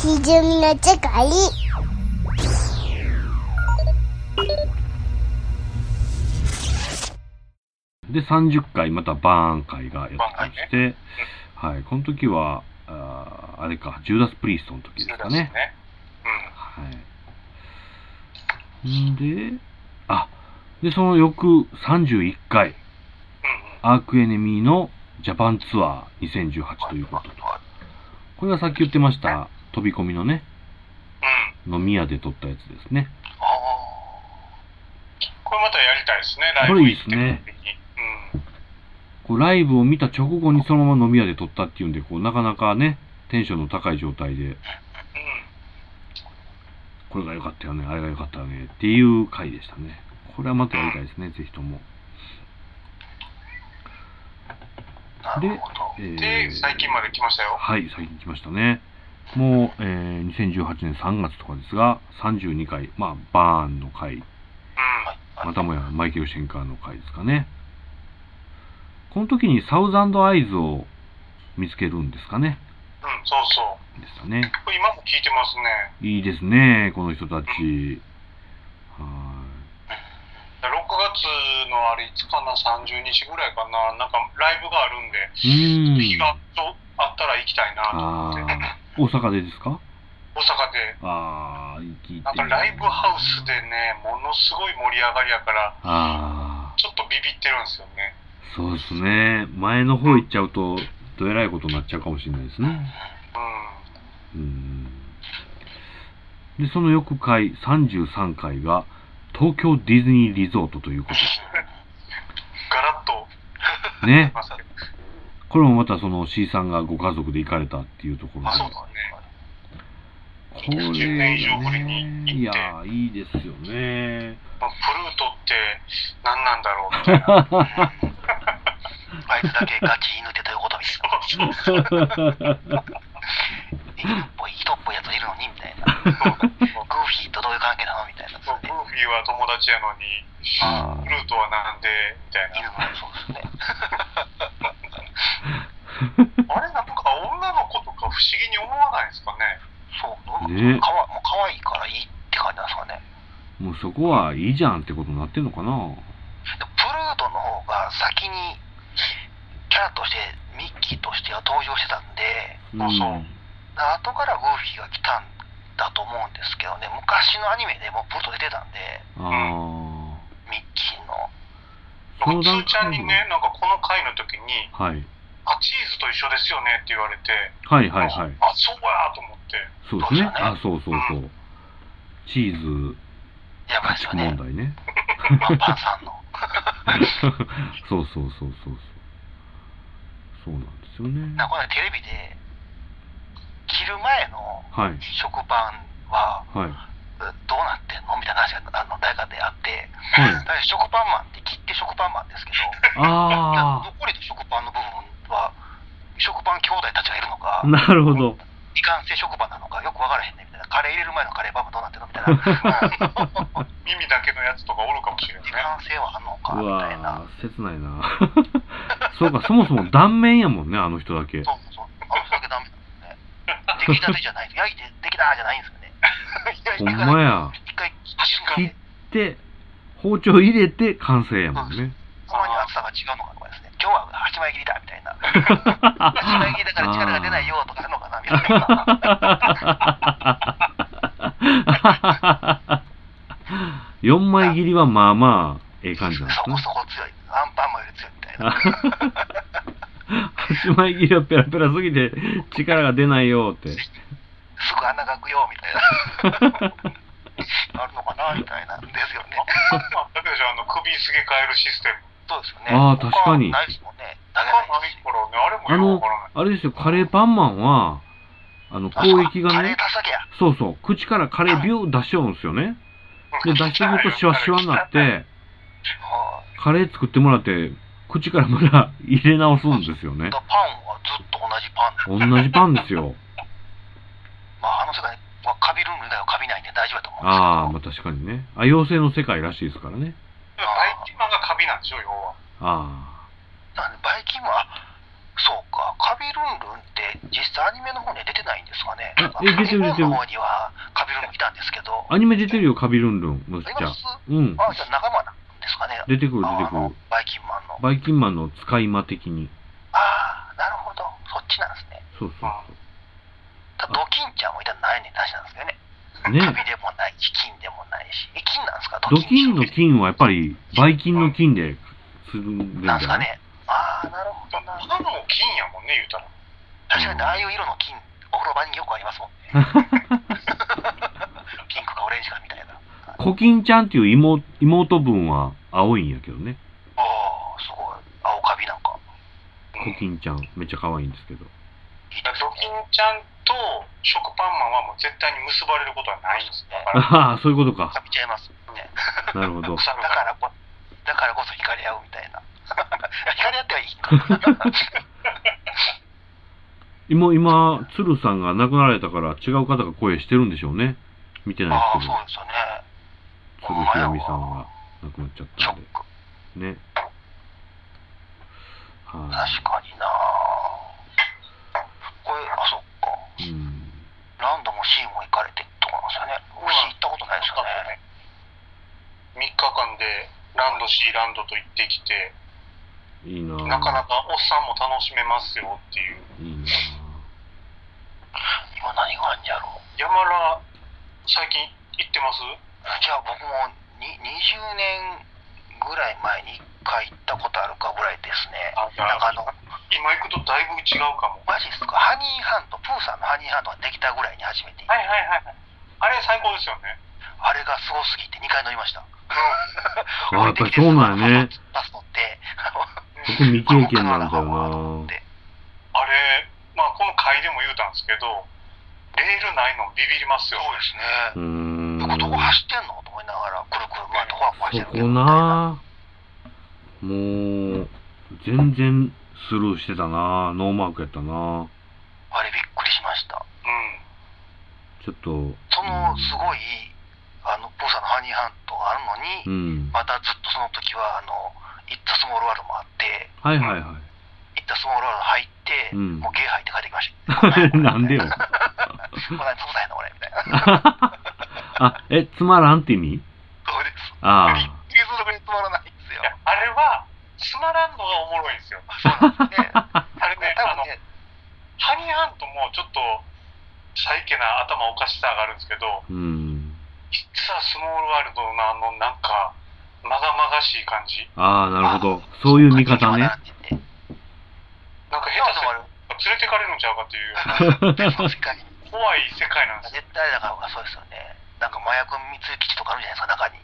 ひじゅみの世界で、30回、またバーン会がやってきまして、はい、この時は、あーあれか、ジューダス・プリーストの時ですかね。うん。はい。んで、あ、で、その翌31回、うんうん。アークエネミーのジャパンツアー2018ということと。これはさっき言ってました、飛び込みのね、うん。飲み屋で撮ったやつですね。ああ。これまたやりたいですね、ライブ行ってこれいい時に。うん。こうライブを見た直後にそのまま飲み屋で撮ったっていうんで、こうなかなかね、テンションの高い状態で、うん。これが良かったよね、あれが良かったよねっていう回でしたね。これはまたやりたいですね、ぜひとも。なるほど。でえで、ー最近まで来ましたよ。はい、最近来ましたね。もう、えー2018年3月とかですが、32回、まあ、バーンの回、うん。またもやマイケル・シェンカーの回ですかね。この時にサウザンド・アイズを見つけるんですかね。うん、そうそう。でしたね。これ今も聞いてますね。いいですね、この人たち。は6月のあれ、いつかな、30日ぐらいかな、なんかライブがあるんで、い。うーん。日があったら行きたいなとあ思って、ー大阪でですか大阪で、ああ、聞いて。なんかライブハウスでね、ものすごい盛り上がりやから、ああ、ちょっとビビってるんですよね。そうですね。前の方行っちゃうと、どえらいことになっちゃうかもしれないですね。うん。うん。で、その翌回、33回が、東京ディズニーリゾートというこガラッと、と。ね。まさに。これもまたその C さんがご家族で行かれたっていうところであ、。そうだね。これが10年以上ぶりに行っね、ていやー、いいですよね。まあ、フルートって何なんだろうみたいな。あいつだけガチ犬ってどういうことみたいな。犬っぽい、人っぽいやついるのにみたい な。グーフィーとどういう関係なのみたいな。そうグーフィーは友達やのに、あフルートはなんでみたい犬な。もそうですね。あれなんか女の子とか不思議に思わないですかね。そう、かわねもう可愛いからいいって感じなんですかね。ーもうそこはいいじゃんってことになってんのかな。でプルートの方が先にキャラとしてミッキーとしては登場してたんで、そうそうんだから後からグーフィーが来たんだと思うんですけどね、昔のアニメでもうプルート出てたんで、あミッキーの。あ。普通ちゃんにね、なんかこの回の時に、はい。あ、チーズと一緒ですよねって言われて、はいはいはい。あ、そうやと思って。そうですね。そうですよねあ、そうそうそう。チーズやばい家ですよ畜ね問、題ね。パンパンさんの。そうそうそうそうそう。そうなんですよね。なんかこの間テレビで着る前のはい。食パンははい。うどうなってんのみたいな話があの誰かであって、 はい。だから食パンマンって切って食パンマンですけど、あ残りの食パンの部分は食パン兄弟たちがいるのかあ。、なるほど。いかんせい食パンなのかよくわからへんねみたいな、カレー入れる前のカレーパンはどうなってんのみたいな、うん 耳だけのやつとかおるかもしれないいね。かんせいはあんのかうみたいな。わー切ない な。そうか、そもそも断面やもんね、あの人だけ。そうそうそう。あの人だけダメなんですね。出来たてじゃない。焼いてできたじゃないんで すよね。ほ んまや。一回走るか切っで、て、包丁入れて完成やもんね。たまに厚さが違うのかとかですね。今日は八枚切りだみたいな。八枚切りだから力が出ないよとかあるのかなみたい な。 4枚切りはまあまあ、ええ感じなんでそすこね。そこ強い。アンパンマンより強いみたいな。 8枚切りはペラペラすぎて力が出ないよって。すぐ穴が開くよみたいな。あるのかなみたいな。ですよね。まあ、だけどじゃあ、あの首すげ替えるシステム。そうですよね。あー確かに他ないですもんね。投あげないないですし。からね、あれもあよのくわからない。、あれですよ、カレーパンマンは、あの、攻撃がカレね、ー足すだけや。そうそう、口からカレービュー出しちゃうんですよね。で、出してくるとシワシワになっ。て、はいカレー作ってもらって、口からまだ入れ直すんですよねだか。らパンはずっと同じパン。同じパンですよ。まあ、あの世界はカビるの以外はカビないんで大丈夫だと思うんですけああ、まあ確かど。にね。あ、妖精の世界らしいですからね。バイキンマンがカビなんでしょ、要は。あなんでバイキンマン、あそうか、カビルンルンって実際アニメの方には出てないんですかね。あえ出てる出てるアニメの方にはカビルンルンいたんですけど、アニメ出てるよ、カビルンルン、もしいちゃまんす。うん。あ、じゃあ仲間なんですかね。出てくる、あ出てくのる。バイキンマンの。バイキンマンの使い魔的に。ああ、なるほど。そっちなんですね。そうそうただドキンちゃんもいたらないね、なしなんですよね。そう。ねカ。ビでもないし、金でもないし。え、金なんですかドキンのン金はやっぱり、バイキンの金でするんじなゃんですなかいね。ああ、なるほどな。花も金やもんね、言うたら。確かにああいう色の金、お風呂場によくありますもんね。 ピンクかオレンジかみたいな。コキンちゃんっていう妹妹分は青いんやけどね。おお、すごい。青カビなんか。コキンちゃん、めっちゃ可愛いんですけど。いいだでからドすキンね。ちゃんと食パンマンはもう絶対に結ばれることはないんですだからああ、そういうことか。カビちゃいますね。なるほど。だ腐るからからこ、だからこそ惹かれ合うみた いな。惹かれ合ってはいいか。今、今、鶴さんが亡くなられたから違う方が声してるんでしょうね。見てあなあいでー、すけそどう、ですよね。鶴ひろみさんが亡くなっちゃっショたッんで。ク。ね。は確かになこれ、あ、そっか。い。うん。ランドもシーも行かれてってとこなんですよね。うん僕シー行ったことないですよね。 3日間でランドシーランドと行ってきていいなぁなかなかおっさんも楽しめますよっていいういな今何があるんやろう。山田最近行ってますじゃあ僕もに20年ぐらい前に1回行ったことあるかぐらいですね。あ長野。今行くとだいぶ違うかもマジっすか。ハニーハント、プーさんのハニーハントができたぐらいに初めて。はいはいはいはいあれ最高ですよねあれがすごすぎて2回乗りました。ぁ。あ、やっぱりそうなんやね。パス乗って、僕未経験なんだよなぁ。あれまあこの回でも言うたんですけどレールないのビビりますそようですうーん。ね。僕どこ走ってんのと思いながら、くるくる回ってほわほわしてそるけど。こなぁ。もう、全然スルーしてたなぁ。ノーマークやったなぁ。あれびっくりしました。うんちょっと。そのすごい、あの、プーさんのハニーハントがあるのうに、ん。またずっとその時はあの行ったスモールワールドもあってはいはいは行ったスモールワーうんルド入って、もうゲー入って帰ってきましい。 なんでよ。たこんなに潰さへんの俺みたいあ、なえ、つまらんって意味そうですあ継続につまらないんですよいやあれはつまらんのがおもろいんですよそうなんですねあれこれね多あの分ねハニーハントもちょっとサイケな頭おかしさがあるんですけどあ。うん。実はスモールワールドのあのなんかまがまがしい感じああ、なるほど。そういう見方ね。そうなんかい下や手したら連れてかれるんちゃうかっていうようなでもあれ確かに怖い世界なんですよ絶対だからそうですよねなんか麻薬密輸基地とかあるじゃない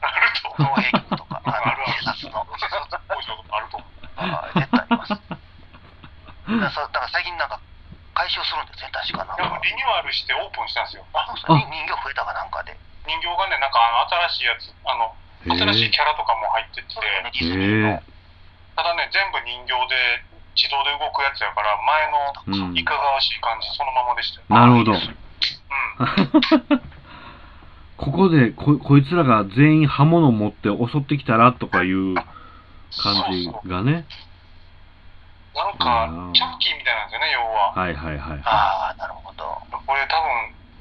であると思うすか中に農兵局とかああるあの警る察の警察っぽいことあると思うあ絶対ありますだからそうだから最近なんか回収するんですね確かなんでもかリニューアルしてオープンしたんですよあそうですね人形増えたかなんかで人形がねなんかあの新しいやつあの へ新しいキャラとかも入っててそうですよねディズニーのえ。ただね全部人形で自動で動くやつやから前のういん。かがわしい感じそのままでしたよなるほど。うんここでこ、こいつらが全員刃物を持って襲ってきたらとかいう感じそうそうがね。なんうかんチャッキーみたいなんですよね要ははいはいはい。ああ、なるほど。これ多分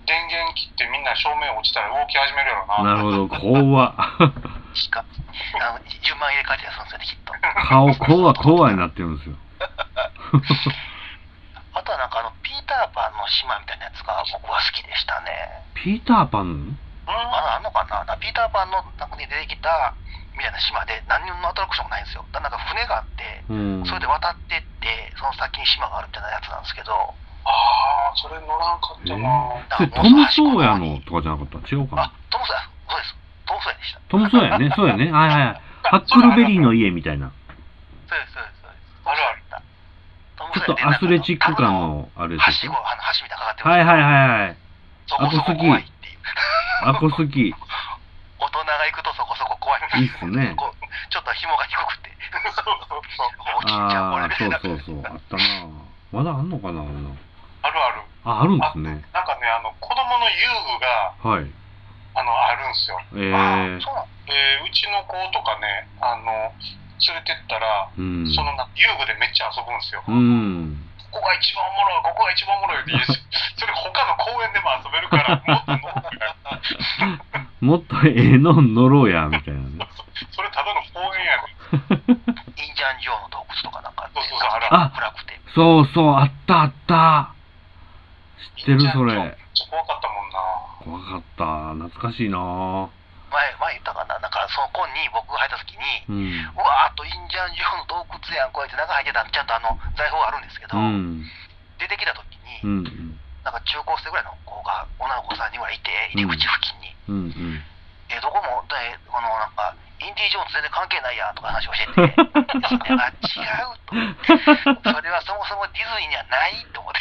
電源切ってみんな正面落ちたら動き始めるやろうななるほど。怖っしか、あの順番入れ替えてやつなんですよね、きっと。 顔、怖怖になってるんですよ。あとはなんかあの、ピーターパンの島みたいなやつが僕は好きでしたね。ピーターパンまあだあんのかななピーターパンの中に出てきたみたいな島で何のアトラクションもないんですよ。だからなんか船があって、うん。それで渡ってって、その先に島があるみたいなやつなんですけど、あーそれ乗らんかったそな、れトム・ソーヤのとかじゃなかった違うかあな。、トムソヤ、そうです。トムソヤでした。トム・ソーヤね。そうやね。はいはいはい。ハックルベリーの家みたいな。そうです、そうです、そうであす。るあるトムちょっソヤとアスでレチック感。なんかのあれであのはししょご、。あの、橋みたいなのかかってはいはいい。はいはい。そこそこ怖いっていう。あこ好き。大人が行くとそこそこ怖いいいっすねこうちょっと紐が低くてお 金ちゃんこれああ、みたそいうなそうそう。あったなぁまだあんのかなあんなあるあるあ、あるんですね。なんかねあの子供の遊具がはい。あのあるんですよえあーー、そうなんでうちの子とかねあの連れてったら、うん。そのな遊具でめっちゃ遊ぶんですよ、うん。ここが一番おもろい、ここが一番おもろい って言うし、それ他の公園でも遊べるから、もっと飲むからもっとええのん乗ろうや、みたいな ね。それただの公園やねん。インジャン・ジョーの洞窟とかなんかあって、そうそうそうあるあ暗くて。そうそう、あったあった。知ってるそれ。ちょっと怖かったもんな。怖かった。懐かしいな前、前言ったかな、なんかその今に僕が入った時に、うん。うわーっとインジャン・ジョーの洞窟やん、こうやって中入ってたらちゃんとあの財宝あるんですけうど、ん。出てきた時うに、ん。うんなんか中高生ぐらいの子が、女の子3人ぐらいいて、入り口付近に、うん。うん。えどこも、でこのなんか、インディ・ジョーンズ全然関係ないやんとか話をしてて、それは違うと思って、それはそもそもディズニーにはないと思っ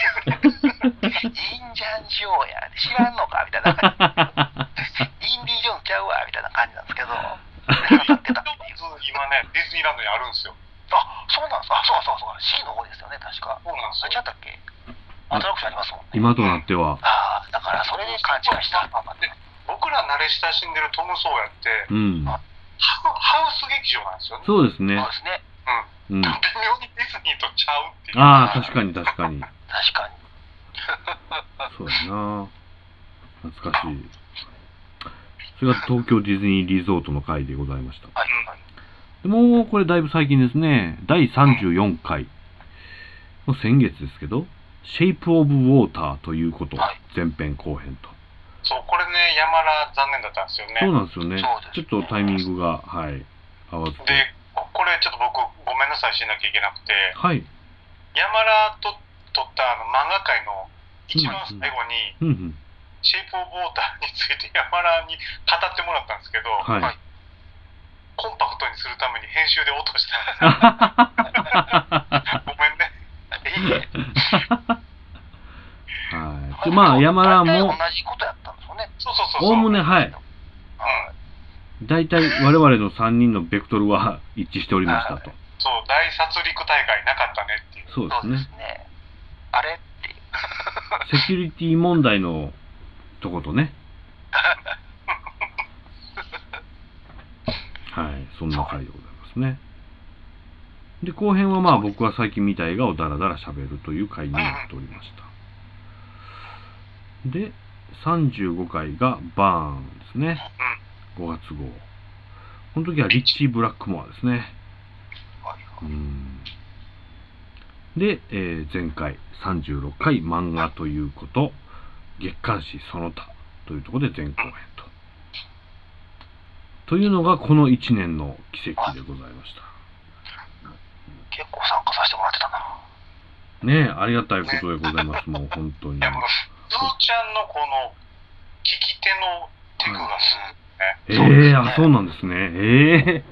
て、 インジャン・ジョーやん、知らんのかみたいな感じ、インディ・ジョーンズちゃうわみたいな感じなんですけど、なってたっていう。今ね、ディズニーランドにあるんですよ。あ、そうなんですか。あ、そうそうそう。C の方ですよね、確か。そうなんですあれちよ。ゃったっけアトラクションありますもんね。今となっては。ああ、だからそれで勘違いした。あまあで僕ら慣れ親しんでるトム・ソーヤって、うん。ハウハウス劇場なんですよね。そうですそうねで。すね。うん。微妙にディズニーとちゃうっていう。ああ、確かに確かに。確かに。そうやな懐かしい。それが東京ディズニーリゾートの回でございました。はい。はいでもうこれだいぶ最近ですね。第34回の先月ですけど、シェイプ・オブ・ウォーターということ、はい前編後編と。そう、これね、山田残念だったんですよね。そうなんですよねそう。ですちょっねとタイミングが、はい、合わずで、ここれちょっと僕、ごめんなさいしなきゃいけなくて、はい。山田と撮ったあの漫画界の一番最後に、うんうん。シェイプ・オブ・ウォーターについて山田に語ってもらったんですけど、はい。はいコンパクトにするために編集で落 としたんです。ごめんね。いえいえはい。でまあ、山田大も体、同じことやったんですよね。そうそうそうそう。おおむね、はい。うん大体我々の3人のベクトルは一致しておりましたと。そう、大殺戮大会なかったねっていう。そうでそすうですね。ね。あれっていう。 セキュリティ問題のとことね。はい、そんな回でございますね。で、後編はまあ僕は最近見た映画をダラダラ喋るという回になっておりました。で、35回がバーンですね。5月号。この時はリッチー・ブラックモアですね。はいうんで、えー前回36回漫画ということ月刊誌その他というところで前後編と。というのがこの1年の奇跡でございまし結構参加させてもらってたな。た。ねえ、ありがたいことでございます、もう本当にい。や、もう、すーちゃんのこの、聞き手のテクがすえそうですえねあ、そうなんですね。え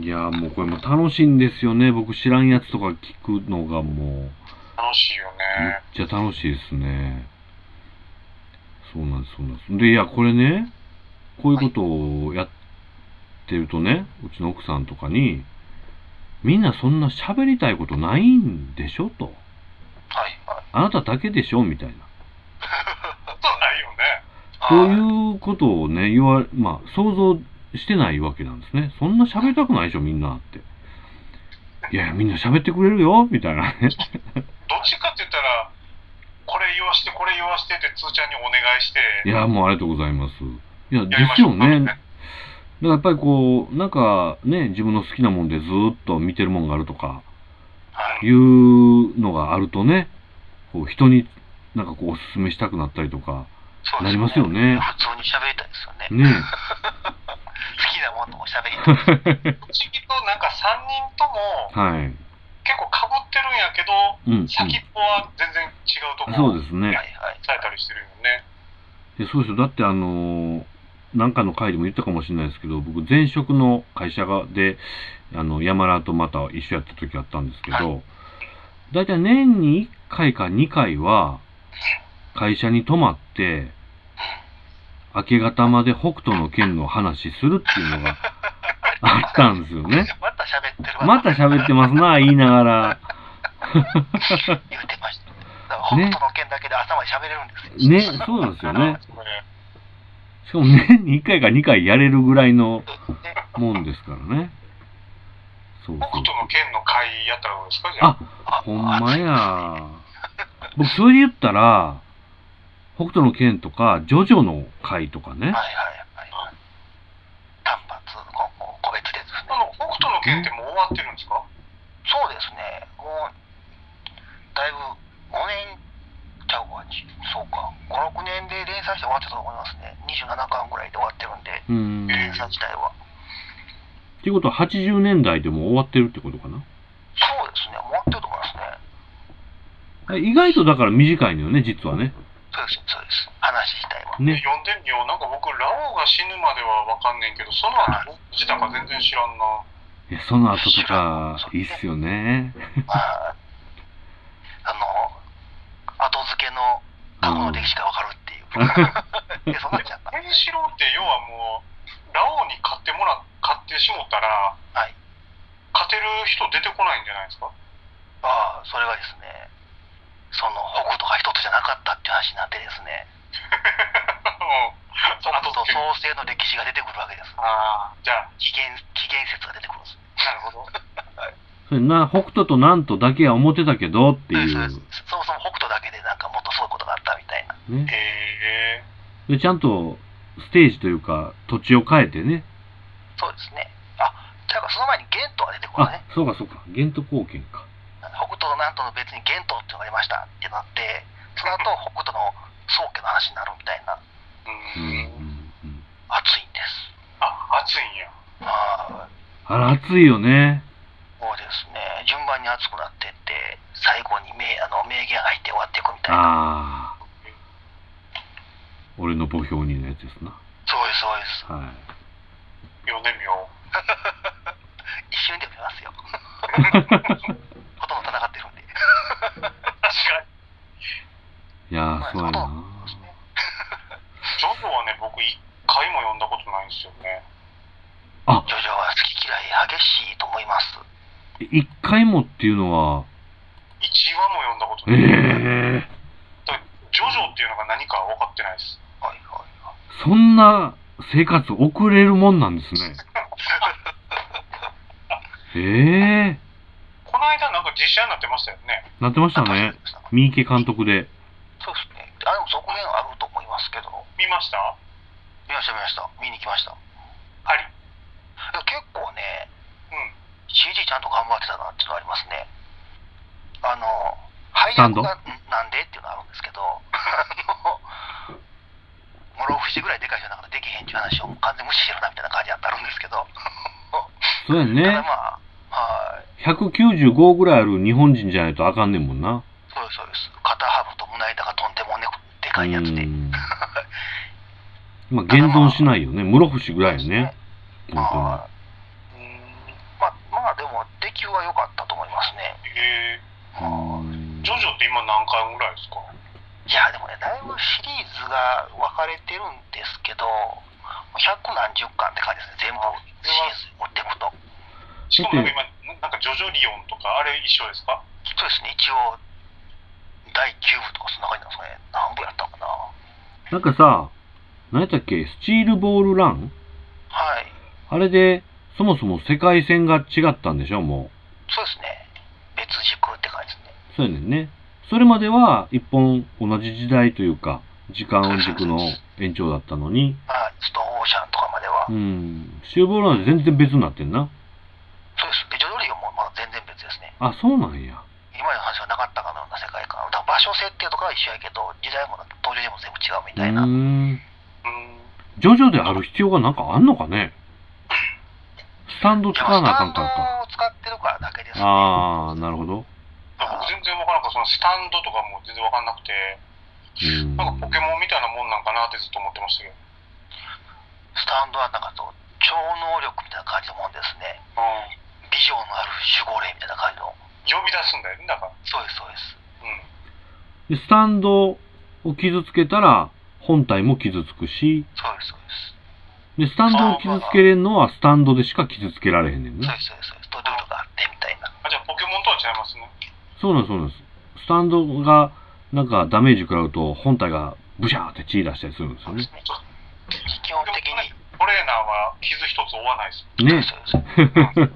えいや、もうこれも楽しいんですよね。僕知らんやつとか聞くのがもう。楽しいよめっね。ちゃ楽しいですね。そうなんです、そうなんです。で、いや、これね、こういうことをやってるとね、うちの奥さんとかに、みんなそんな喋りたいことないんでしょと。はい。はいあなただけでしょみたいな。そうないよね。とあーいうことをね、言わ、まあ、想像してないわけなんですね。そんな喋りたくないでしょみんなって。いやいや、みんな喋ってくれるよみたいなね。どっちかって言ったら、これ言わして、これ言わしてって、つーちゃんにお願いして、いや、もうありがとうございます。いや、でやりますしょようね。だねからやっぱりこう、なんかね、自分の好きなもんでずーっと見てるもんがあるとか、はい。いうのがあるとね、こう人になんかこうおすすめしたくなったりとか、そうでなすねりますよね普通に喋りたいですよね。ね。好きなものを喋りたい。不思議となんか3人ともはい。結構かぶってるんやけど、うん、うん。先っぽは全然違うとこそうろをですねは。いはい。伝えたりしてるよね。でそうですよ。だってあのーなんかの回でも言ったかもしれないですけど、僕前職の会社がで、あの、山田とまた一緒やった時あったんですけど、はだいたい年に1回か2回は、会社に泊まって、明け方まで北斗の剣の話するっていうのがあったんですよ ね。また喋ってるわ。また喋ってますな、言いながら。言ってました。だから北ね斗の剣だけで朝まで喋れるんですよ。ね、そうなんですよね。これしかも年に1回か2回やれるぐらいのねもんですからね。そう北そう斗の剣の会やったらどうですかじゃあ。あほんまや僕それで言ったら北斗の拳とかジョジョの回とかねはいはいはい。単発、ここ個別ですねあ。の、北斗の剣ってもう終わってるんですかそうですね、もう、だいぶ5年ちゃうか、じそうか、5、6年で連載して終わってたと思いますね。27巻ぐらいで終わってるうんんで、え連載自体は。っていうことは80年代でもう終わってるってことかなそうですね、終わってると思いますね。意外とだから短いのよね実はねそうです、そうです。話 自体は。読ねんでみよう。なんか僕、ラオウが死ぬまではわかんねんけど、その後どっちだか全然知らんな。いやその後とかいいっすよねまあ、あの、後付けの過去の歴史がわかるって いう。で、 そうなっちゃった。ケンシロウって要はもう、ラオウに買ってもら、買ってしもったら、はい勝てる人出てこないんじゃないですかああ、それはですね、その北斗が一つじゃなかったっていう話になってですね、うん。北あと斗創生の歴史が出てくるわけです。ああ、じゃあ、起源起源説が出てくるんです。なるほ ど。それな北斗と南斗だけは思ってたけどっていそううですそもそも北斗だけでなんかもっとすごいことがあったみたいな。ねへえ。でちゃんとステージというか土地を変えてねそうですね。あ、じゃあその前に玄東が出てくるあね。そうかそうか玄都貢献か北斗と南東の別に玄東っていうのがありましたってなって、その後北斗の宗家の話になるみたいな。ううんうんん。うん熱いんです。あ、暑いんや。ああ、あら暑いよねそうですね。順番に熱くなってって、最後に名あの名言入って終わっていくみたいな。ああ俺の墓標にのやつですなそうです、そうです。は読んでみよう。一瞬で見ます よ。ほとんど戦ってるんで。確かに。いいやーそうやまあなそうですね。ジョジョはね、僕、一回も読んだことないんですよね。あジョジョは好き嫌い激しいと思います。一回もっていうのは1話も読んだことえない。えジョジョっていうのが何か分かってないです。はいはいはい。そんな生活送れるもんなんです ねええこの間、なんか実写になってましたよね。なってましたね三池監督でそうですね。あ、でも続編あると思いますけど。見ました見ました見ました。見に来ました。いあり。や結構ね、うん。 CG ちゃんと頑張ってたなっていうのありますね。あの、配役がんなんでっていうのあるんですけど、 あの、諸伏ぐらいでかい人なんかできへんっていう話を完全無視してるなみたいな感じだったんですけど、そうやただねまあ、はい。 195ぐらいある日本人じゃないとあかんねんもんなそうです、そうです。肩幅と胸板がとんでもねくでかいやつで。まあ現存しないよね室伏ぐらいよね本まあ、まあ、まあでも出来は良かったと思いますね。え当にー、ジョジョって今何回ぐらいですかいやでもねだいぶシリーズが分かれてるんですけど百何十巻って感じですね全部シリーズ持っていくとしかもなんか今、なんかジョジョリオンとか、あれ一緒ですかそうですね一応第9部とかそんな感じなんですかね何部やったかななんかさ何やったっけスチールボールランはいあれでそもそも世界線が違ったんでしょもそうですね別軸って感じですねうそうやねんねそれまでは一本同じ時代というか時間軸の延長だったのにはいストーンオーシャンとかまでは、うんスチールボールランは全然別になってんなそうですでジョジョリオンもまだ全然別ですねあそうなんや今の話はなかったかのような世界観だから場所設定とかは一緒やけど時代も登場人も全部違うみうたいな、ーんうん。ジョジョである必要がなんかあんのかねスタンドで使もわなあスタかンんドかんか。を使ってるからだけですねああ、なるほど。僕全然分からなかった。そのスタンドとかも全然分かんなくて、うんなんかポケモンみたいなもんなんかなってずっと思ってましたけど。スタンドはなんかそう超能力みたいな感じのもんですねうん。ビジョンのある守護霊みたいな感じの呼び出すんだよね、だから。そうですそうですうん。でスタンドを傷つけたら本体も傷つくし、そうですそうでですスタンドを傷つけれるのはスタンドでしか傷つけられへんねんそうねですそうですそうですとルールがあってみたいあ、なじゃあポケモンとは違いますね。そうなんですそうなんです。スタンドがなんかダメージ食らうと本体がブシャーって血出したりするんですそようでねす。ね基本的にトレーナーは傷一つ負わないです。ね。そうですそうで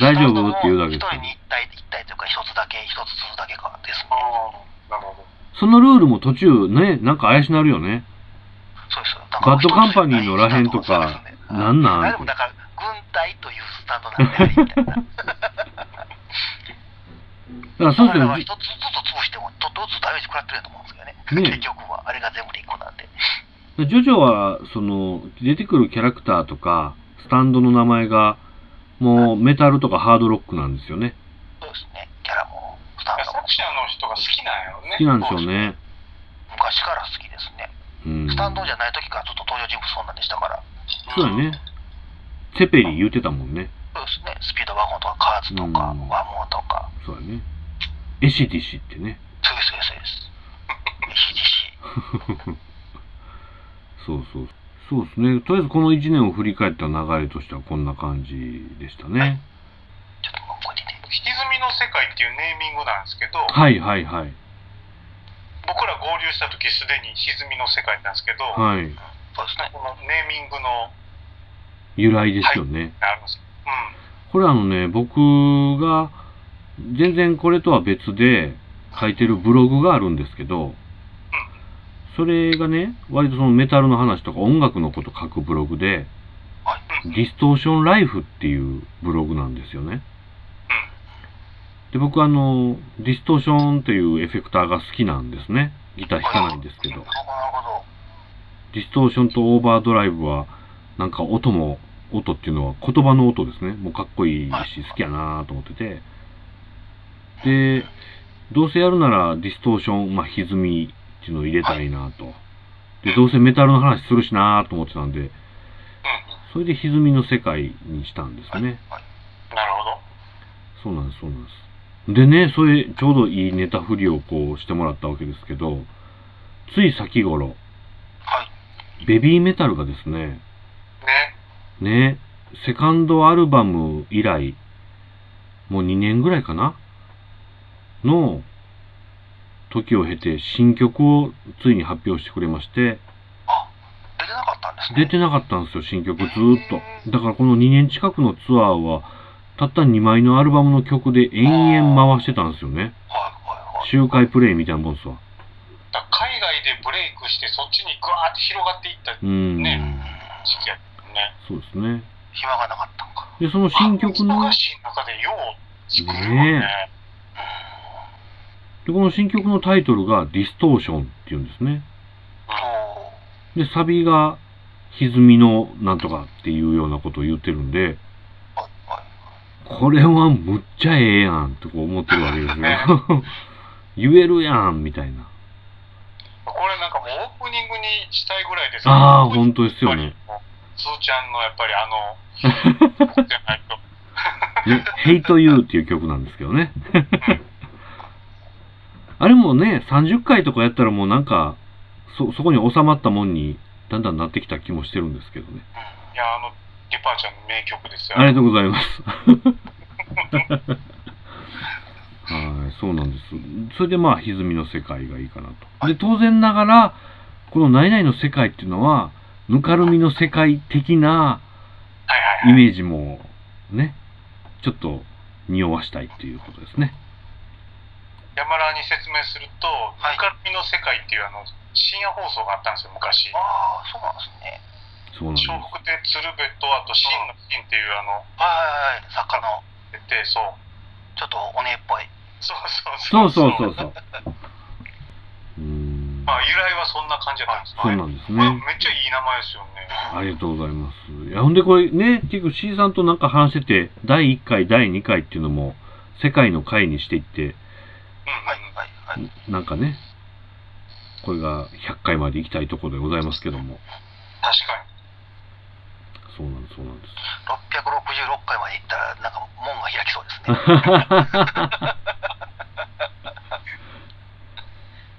大丈夫って言うだけ一です人に一体、一体というか、一つだけ、一つずつだけかですね。あーなるほど。そのルールも途中ね、なんか怪しなるよね。そうです。バッドカンパニーのらへんとかなんなんあれもだから、軍隊というスタンドなんで、みたいな。だから そうそすれるはと一つずつ潰しても、ちょっとずつダメージ食らってると思うんですけどね。ね結局は、あれが全部で一個なんで。ジョジョは、その、出てくるキャラクターとか、スタンドの名前が、もうメタルとかハードロックなんですよね。そうですね。キャラも、スタンド作も、者の人が好きなんやろね。好きなんでしょうね。昔から好きですね。うん。スタンドじゃゃない時からずっと登場人物そんなんでしたから。そうだね。セペリ言うてたもんね。そうですね。スピードワゴンとか、カーズとか、うんワモーとか。そうだね。エシディシってね。そうです、そうです。そうです。ひじし。そうそう。そうですね。とりあえずこの1年を振り返った流れとしてはこんな感じでしたね。ちょっともうこれでね。引きずみの世界っていうネーミングなんですけど、はいはいはい。僕ら合流した時すでにひずみの世界なんですけど、はい。そうですね。このネーミングの由来ですよね。あるんですようんこれあのね、僕が、全然これとは別で書いてるブログがあるんですけど、それがね、割とそのメタルの話とか音楽のこと書くブログで、はい。ディストーションライフっていうブログなんですよね。で、僕あの、ディストーションというエフェクターが好きなんですね。ギター弾かないんですけど。なるほど。ディストーションとオーバードライブは、なんか音も、音っていうのは言葉の音ですね。もうかっこいいしはい、好きやなと思ってて。で、どうせやるならディストーション、まあ、歪みっていうのを入れたいなと。で、どうせメタルの話するしなと思ってたんで、うそれで歪みの世界にしたんですね。はい。んなるほど。そうなんです、そうなんです。でね、それ、ちょうどいいネタ振りをこうしてもらったわけですけど、つい先頃、はい。ベビーメタルがですね、ね。ね、セカンドアルバム以来、もう2年ぐらいかなの時を経て新曲をついに発表してくれまして、あ、出てなかったんですね。出てなかったんですよ、新曲ずーっと。だからこの2年近くのツアーは、たった2枚のアルバムの曲で延々回してたんですよね。はい、はい、はい。周回プレイみたいなもんですわ。だから海外でブレイクしてそっちにグワーって広がっていったうーん。ね時期やったもんね。そうですね。暇がなかったんか。で、その新曲の。忙しい中でよう作るよね。ねで、この新曲のタイトルがディストーションっていうんですね。おー。で、サビが歪みのなんとかっていうようなことを言ってるんで、はい、はい。これはむっちゃええやんってこう思ってるわけですよ。 言えるやんみたいな。これなんかもうオープニングにしたいぐらいですああ、本当ですよね。。スーちゃんのやっぱりあ の、じゃないと。ね、Hate You っていう曲なんですけどね。 あれもね、30回とかやったらもうなんか、そ、そこに収まったもんに、だんだんなってきた気もしてるんですけどね。いや、あの、デパーちゃんの名曲ですよ。ありがとうございます。 はい、そうなんです。それでまあ、歪みの世界がいいかなと。で、当然ながら、この内々の世界っていうのは、ぬかるみの世界的なはいはいイはい。メージもね、ちょっと匂わしたいっていうことですね。山田に説明すると、はいぬかるみの世界っていうあの、深夜放送があったんですよ、昔。ああ、そうなんですね。そうなんです笑。福亭鶴瓶と、あと、真の真っていうあの、はい、はい、はい。作家の、出て、そう。ちょっとお姉っぽい。そうそそううそうそうそう。うーん、まあ、由来はそんな感じだったんですそうね。なんですこれね。めっちゃいい名前ですよね。ありがとうございます。いや、ほんでこれね、結局 C さんとなんか話してて、第1回、第2回っていうのも、世界の回にしていって、うん、はい、うん。はい、はい。なんかね、これが100回まで行きたいところでございますけども。確かに。そうなんです、そうなんです。 666回まで行ったら、なんか門が開きそうですね。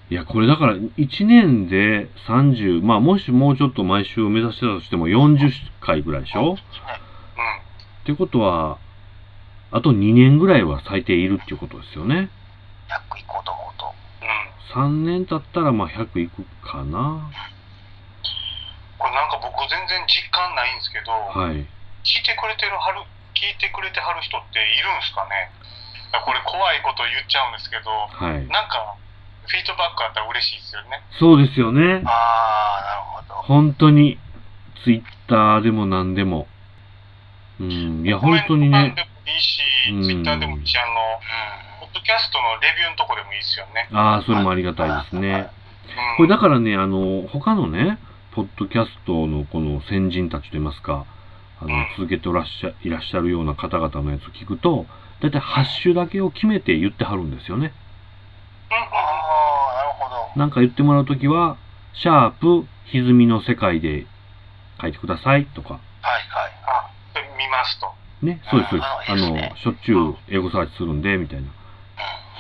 いや、これだから1年で30、まあもしもうちょっと毎週を目指してたとしても40回ぐらいでしょそうですね。うん。ってことは、あと2年ぐらいは最低いるっていうことですよね。 100行こうと思うと。うん。 3年経ったらまあ100いくかな。これなんか僕全然実感ないんですけど、はい。聞いてくれてる春聞いてくれてはる人っているんですかねこれ怖いこと言っちゃうんですけど、はい。なんか、フィードバックあったら嬉しいですよね。そうですよね。ああ、なるほど。本当に、ツイッターでも何でも。うん、いや、本当にねコメント欄。でもいいしうん、ツイッターでもいいし、あの、うポッドキャストのレビューのとこでもいいですよね。ああ、それもありがたいですね。うん、これだからね、あの、他のね、ポッドキャストのこの先人たちといいますか、あのうん、続けておらっしゃ、いらっしゃるような方々のやつ聞くと、だいたいハッシュだけを決めて言ってはるんですよね。うんうんうんああ、なるほど。なんか言ってもらうときは、シャープ、歪みの世界で書いてくださいとか、はいはい。あ、それ見ますと。ね、そうです、そうですあ。あいいでのすね、しょっちゅう英語サーチするんで、みたいな。う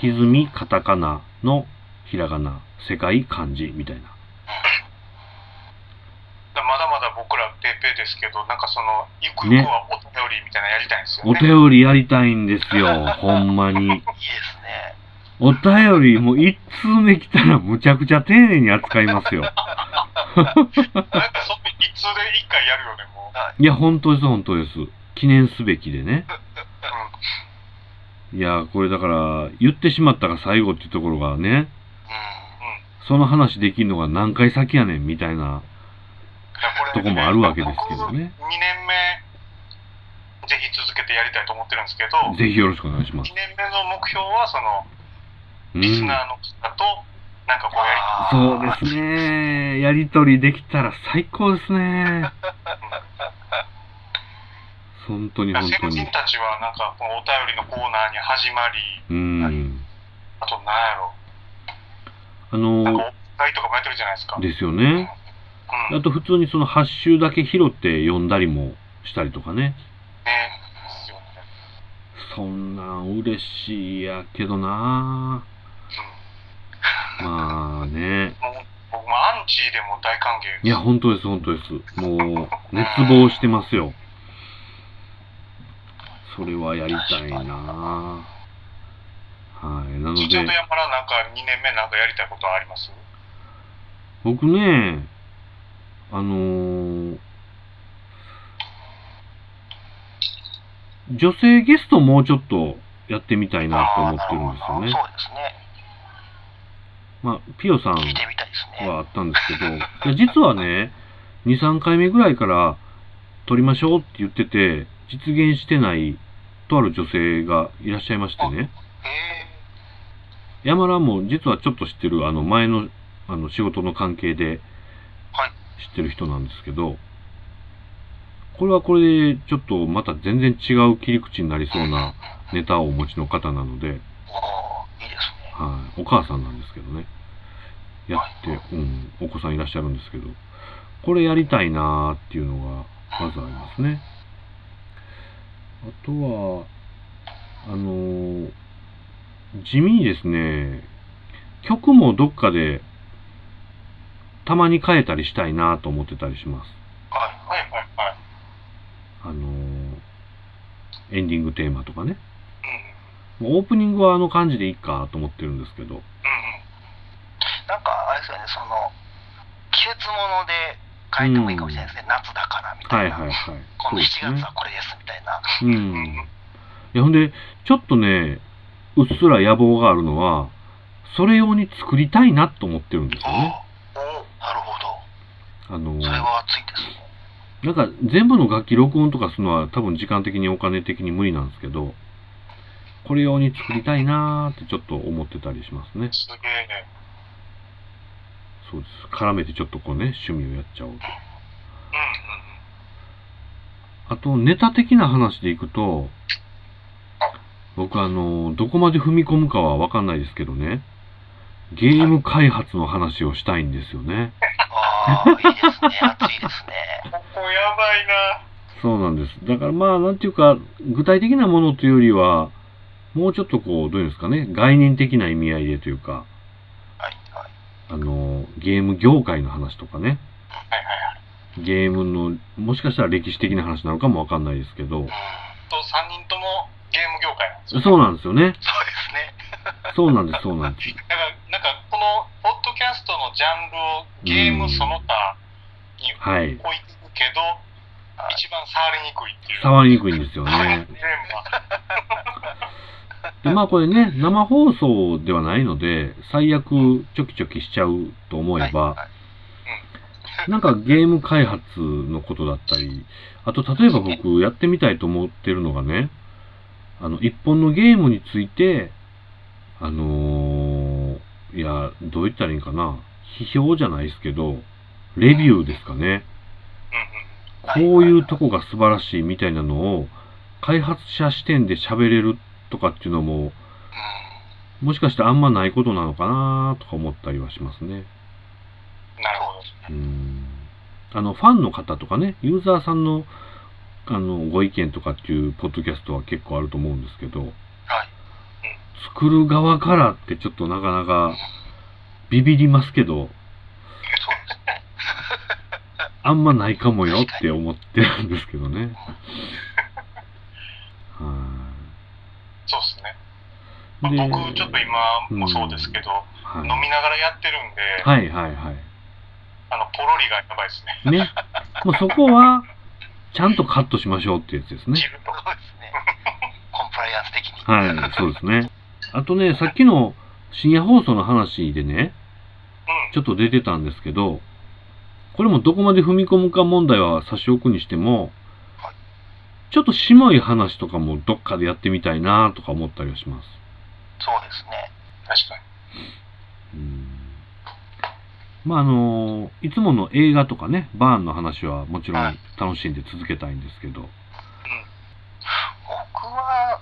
歪み、カタカナのひらがな、世界、漢字、みたいな。だまだまだ僕らペーペーですけど、なんかその、ゆくゆくはお便りみたいなのやりたいんですよおね。便りやりたいんですよ、ほんまに。んいいですね。お便り、もう1通目来たらむちゃくちゃ丁寧に扱います よ。なんかその一通で一回やるよね、もう。いや、本当です、本当です。記念すべきでね。ういや、これだから、言ってしまったが最後っていうところがね、うん。ん。うんその話できるのが何回先やねんみたいな。いやれとこもあるわけですけどね僕2年目、ぜひ続けてやりたいと思ってるんですけど、ぜひよろしくお願いします2。年目の目標は、その、うリスん。ナーの方と、なんかこうやりたい。そうですね。やりとりできたら最高です ね。本当にだか本ら当先に人。たちは、なんかこのお便りのコーナーに始まり、うん。あとなんやろ、あなの、んかお題とかもやってるじゃないですか。うん。ですよね。あと普通にその発集だけ拾って読んだりもしたりとかね。ねですよねそんなん嬉しいやけどなまあね。うんもう僕もアンチでも大歓迎です。いや、本当です、本当です。もう、熱望してますよ。それはやりたいなぁはい。なのちょっでと、山田なんか2年目なんかやりたいことはあります僕ね、あのー女性ゲストもうちょっとやってみたいなと思ってるんですよね。そうですね。まあ、ピオさん聞いてみたいですね。はあったんですけど、いや実はね、2、3回目ぐらいから撮りましょうって言ってて、実現してないとある女性がいらっしゃいましてね、え山田も実はちょっと知ってる、あの前のあの仕事の関係ではい知ってる人なんですけど、これはこれでちょっとまた全然違う切り口になりそうなネタをお持ちの方なので、ー、おーいいですね。はい、お母さんなんですけどねやって、うん、お子さんいらっしゃるんですけどこれやりたいなーっていうのがまずありますねあとはあのー地味にですね曲もどっかでたまに変えたりしたいなと思ってたりしますはい。はいはいはい。あのーエンディングテーマとかねうんうんもうオープニングはあの感じでいいかと思ってるんですけどうなんか、あれですよね、その、季節物で変えてもいいかもしれないですね。夏だからみたはいいな。はいはいこそのう7ですね月はこれですみたいな。うんんいやほんでちょっとねうっすら野望があるのはそれ用に作りたいなと思ってるんですよね。おおなるほど。あのそれは熱いですね。なんか全部の楽器録音とかするのは多分時間的にお金的に無理なんですけどこれ用に作りたいなーってちょっと思ってたりしますねん。。すげえ。そうです絡めてちょっとこうね趣味をやっちゃおうと。うんうんうん。あとネタ的な話でいくと僕あのどこまで踏み込むかは分かんないですけどねゲーム開発の話をしたいんですよね。ああ、いいです ね。熱いですね。ここやばいな。そうなんです。だからまあ、なんていうか、具体的なものというよりは、もうちょっとこう、どういうんですかね、概念的な意味合いでというか、はいはい。あの、ゲーム業界の話とかね、はいはいはい。ゲームの、もしかしたら歴史的な話なのかもわかんないですけど、と三人ともゲーム業界なんですよ。そうなんですよね。そうですね。 そうなんです、そうなんです。だからなんかこのポッドキャストのジャンルをゲームその他にはい。置いていくけど、はい一番触りにくいっていう。触りにくいんですよね。メンバー。で、まあこれね、生放送ではないので、最悪チョキチョキしちゃうと思えば、はいなんかゲーム開発のことだったり、あと例えば僕やってみたいと思ってるのがね、あの、一本のゲームについて、あのーいや、どう言ったらいいんかな、批評じゃないですけど、レビューですかね。うんこういうとこが素晴らしいみたいなのを、開発者視点で喋れるとかっていうのも、もしかしてあんまないことなのかなとか思ったりはしますね。うん。なるほうど。んあの、ファンの方とかね、ユーザーさんの、あの、ご意見とかっていうポッドキャストは結構あると思うんですけど、はい作る側からってちょっとなかなかビビりますけど、そうですねあんまないかもよって思ってるんですけど ね。はそうですね。いまあ僕、ちょっと今もそうですけど、はい飲みながらやってるんで、はいはいはあの、ポロリがやばいですね。い。ね。もうそこは、ちゃんとカットしましょうってやつですね切。ると。そうですね。 コンプライアンス的に。はい、そうですね。あとね、さっきの深夜放送の話でね、うん。ちょっと出てたんですけど、これもどこまで踏み込むか問題は差し置くにしてもはい、ちょっとしもい話とかもどっかでやってみたいなとか思ったりはします。そうですね。確かに。うんまああのいつもの映画とかね、バーンの話はもちろはんい楽しんで続けたいんですけど、僕は、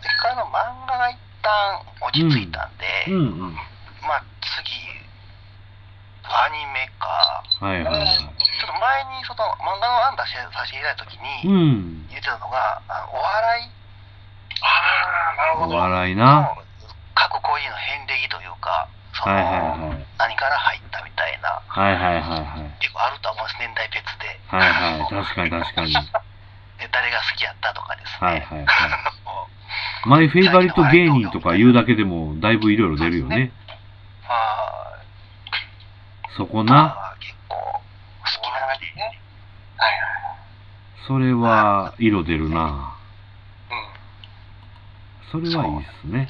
一回の漫画が一旦落ち着いたんで、うんうん。まあ次、アニメか。はいはいはちょっと前にその漫画の案出してさせていただいた時い。うにん。言ってたのが、あのお笑いああ、なるほおど。笑いな。の各個人の遍歴というか、その、はいはいはい。何から入ったみたいな、はいはいはいはい。結構あると思うんです、年代別で。はいはい、確かに確かに。で誰が好きやったとかですはいね。はいはい。マイフェイバリット芸人とか言うだけでも、だいぶいろいろ出るよね。はそこい。な、まあ結構好きなので、ね、はいはい。それは色出るな。うそん。れはいいっすね。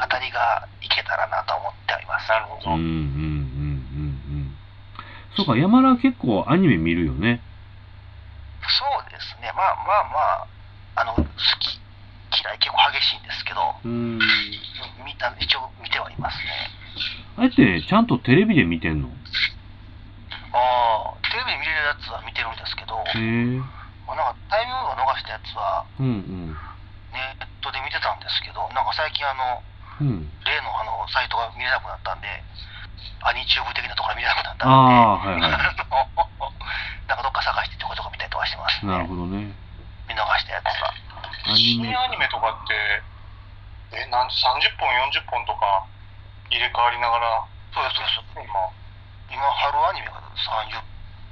当たりがいけたらなと思っております。なるほうど。んうんうんうんうん。そうか、山田は結構アニメ見るよね。そうですね。まあまあまあ、あの好き嫌い結構激しいんですけど、うん。見た一応見てはいますね。あえてね、ちゃんとテレビで見てんの。へああ、テレビで見れるやつは見てるんですけど、え。まあなんかタイミングを逃したやつはうんうん。ネットで見てたんですけど、なんか最近あのうん。例のあのサイトが見れなくなったんで、アニチューブ的なところが見れなくなったんあで、あー、はいは なんかどっか探してってことか見たりとかしてますい。ね。なるほどね。見逃したやつが。アニ深メ夜。アニメとかって、え、なん30本、40本とか入れ替わりながら、そうです、そうです。今、今、春アニメが30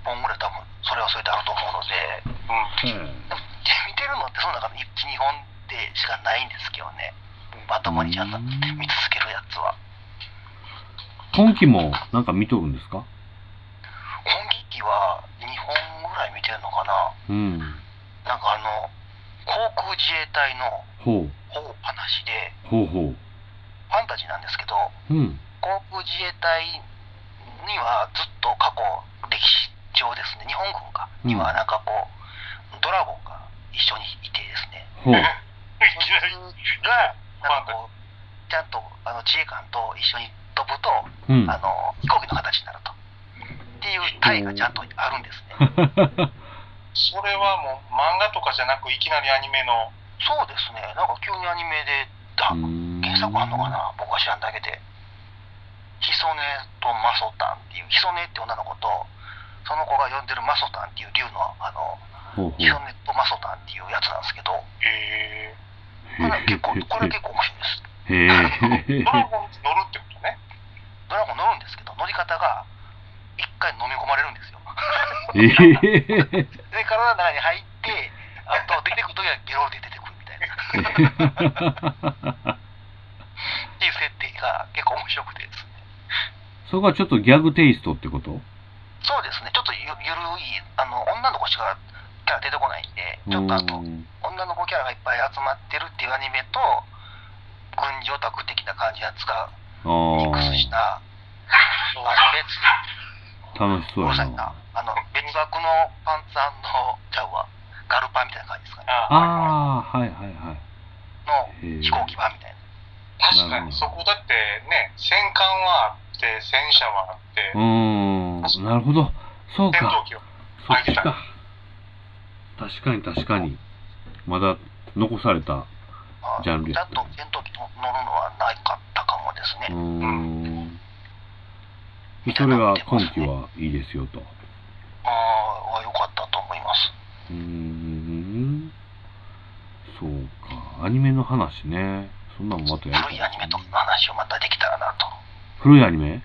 本ぐらい多分、それはそれであると思うので、うで見てるのってその中の1、2本でしかないんですけどね。まともにちゃんと見続けるやつは。今期もなんか見とるんですか今期は2本ぐらい見てるのかなうん。なんかあの、航空自衛隊のほう。お話で、ほうほう。ファンタジーなんですけど、うん。航空自衛隊にはずっと過去歴史上ですね日本軍かうんにはなんかこう、ドラゴンが一緒にいてですねほう。ん。いきなり、がなんかこうちゃんとあの自衛官と一緒に飛ぶと、うん。あの飛行機の形になるとっていう隊がちゃんとあるんですね、それはもう漫画とかじゃなく、いきなりアニメの、そうですねなんか急にアニメであ検索あんのかな僕は知らんだけでヒソネとマソタンっていうヒソネって女の子とその子が呼んでるマソタンっていう竜のあほうほう。のヒソネとマソタンっていうやつなんですけどこえれは結構これは結構面白いへえー、ですドラゴンズ乗るってことね。ドラゴン乗るんですけど乗り方が一回飲み込まれるんですよえ で体の中に入ってあと出てくる時はゲロで出てくるみたいなっーていう設定が結構面白くてですねそこはちょっとギャグテイストってことそうですねちょっとゆゆるいあの女の子しかキャラ出てこないんで、ちょっとあと、うん女の子キャラがいっぱい集まってるっていうアニメと、軍事オタク的な感じのやつがミックスしあた、そうあだあ、楽の別、しそうごめんやなさいなな。、あの別枠のパンツの、ちゃうわ、ガルパンみたいな感じですかね、ああああ、はいはいはい。のへえ飛行機版みたいな。確かにそこだってね戦艦はあって戦車はあってうーん、なるほど。そう戦闘か。機はそっちか。確かに確かに。まだ残された。あジャンルやだと戦闘機乗るのはなかったかもですうーね。ん。それが今期はいいですよと。ああ、良かったと思います。うーん。そうか。アニメの話ね。そんなんもまたやる古いアニメとかの話をまたできたらなと。古いアニメ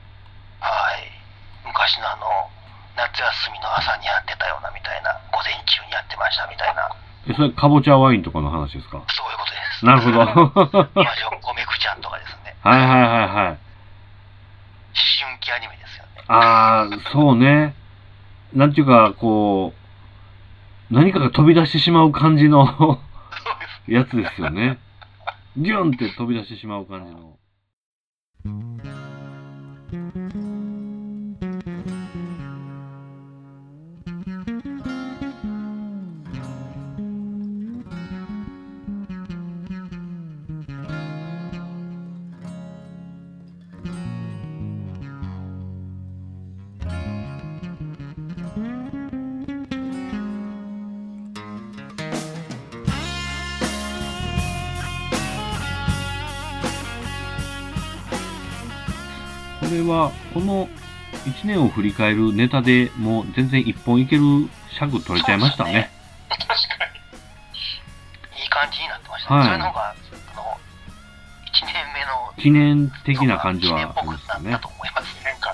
はい。昔のあの、夏休みの朝にやってたようなみたいな、午前中にやってましたみたいな、え、それかぼちゃワインとかの話ですかそういうこ とです。なるほど。は魔女っ子めくちゃんとかですねい、はいはいはい。思春期アニメですよね。ああ、そうね。なんていうか、こう、何かが飛び出してしまう感じのそうです。やつですよね。ギュンって飛び出してしまう感じの。これは、この1年を振り返るネタでもう全然一本いける尺取れちゃいましたね。確かにいい感じになってましたね。はいそれの方が、あの、1年目の、記念的な感じはあ記り念まっぽしくなたっねた。と思いますね。変化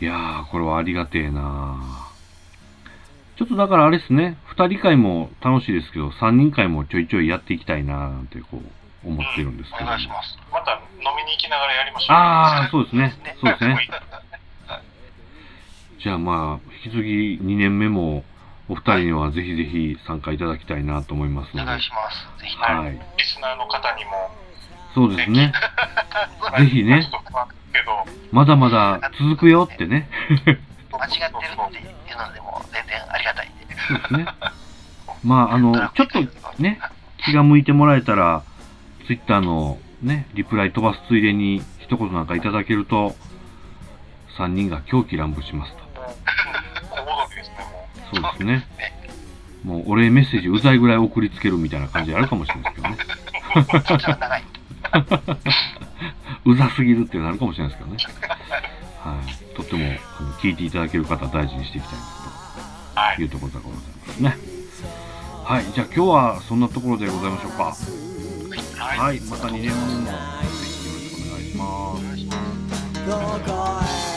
いやー、これはありがてえなちょっとだからあれですね、2人会も楽しいですけど、3人会もちょいちょいやっていきたいななんてこう、思ってるんですけおど。願いします。また飲みに行きながらやりましょうああ、 そうですね。そうですね。ねじゃあまあ、引き続き2年目も、お二人にはぜひぜひ参加いただきたいなと思いますおので願い。します。ぜひ。ますはい。リスナーの方にもそうです ね。ぜひねちょっと不安ですけどまだまだ続くよってね。間違ってるっていうの でも全然ありがたいんで。そうですね。まあ、あの、ちょっとね、はい気が向いてもらえたら、ツイッターのね、リプライ飛ばすついでに一言なんかいただけると、3人が狂喜乱舞しますと。もう小躍りですねもうそうですね。もうお礼メッセージうざいぐらい送りつけるみたいな感じであるかもしれないですけどね。そっちは長い。うざすぎるっていうのあるかもしれないですけどね。はい。とっても、あの、聞いていただける方大事にしていきたいなはいというところでございますね。はい。じゃあ今日はそんなところでございましょうか。はいはい。また2年後もぜひよろしくお願いします。どこへ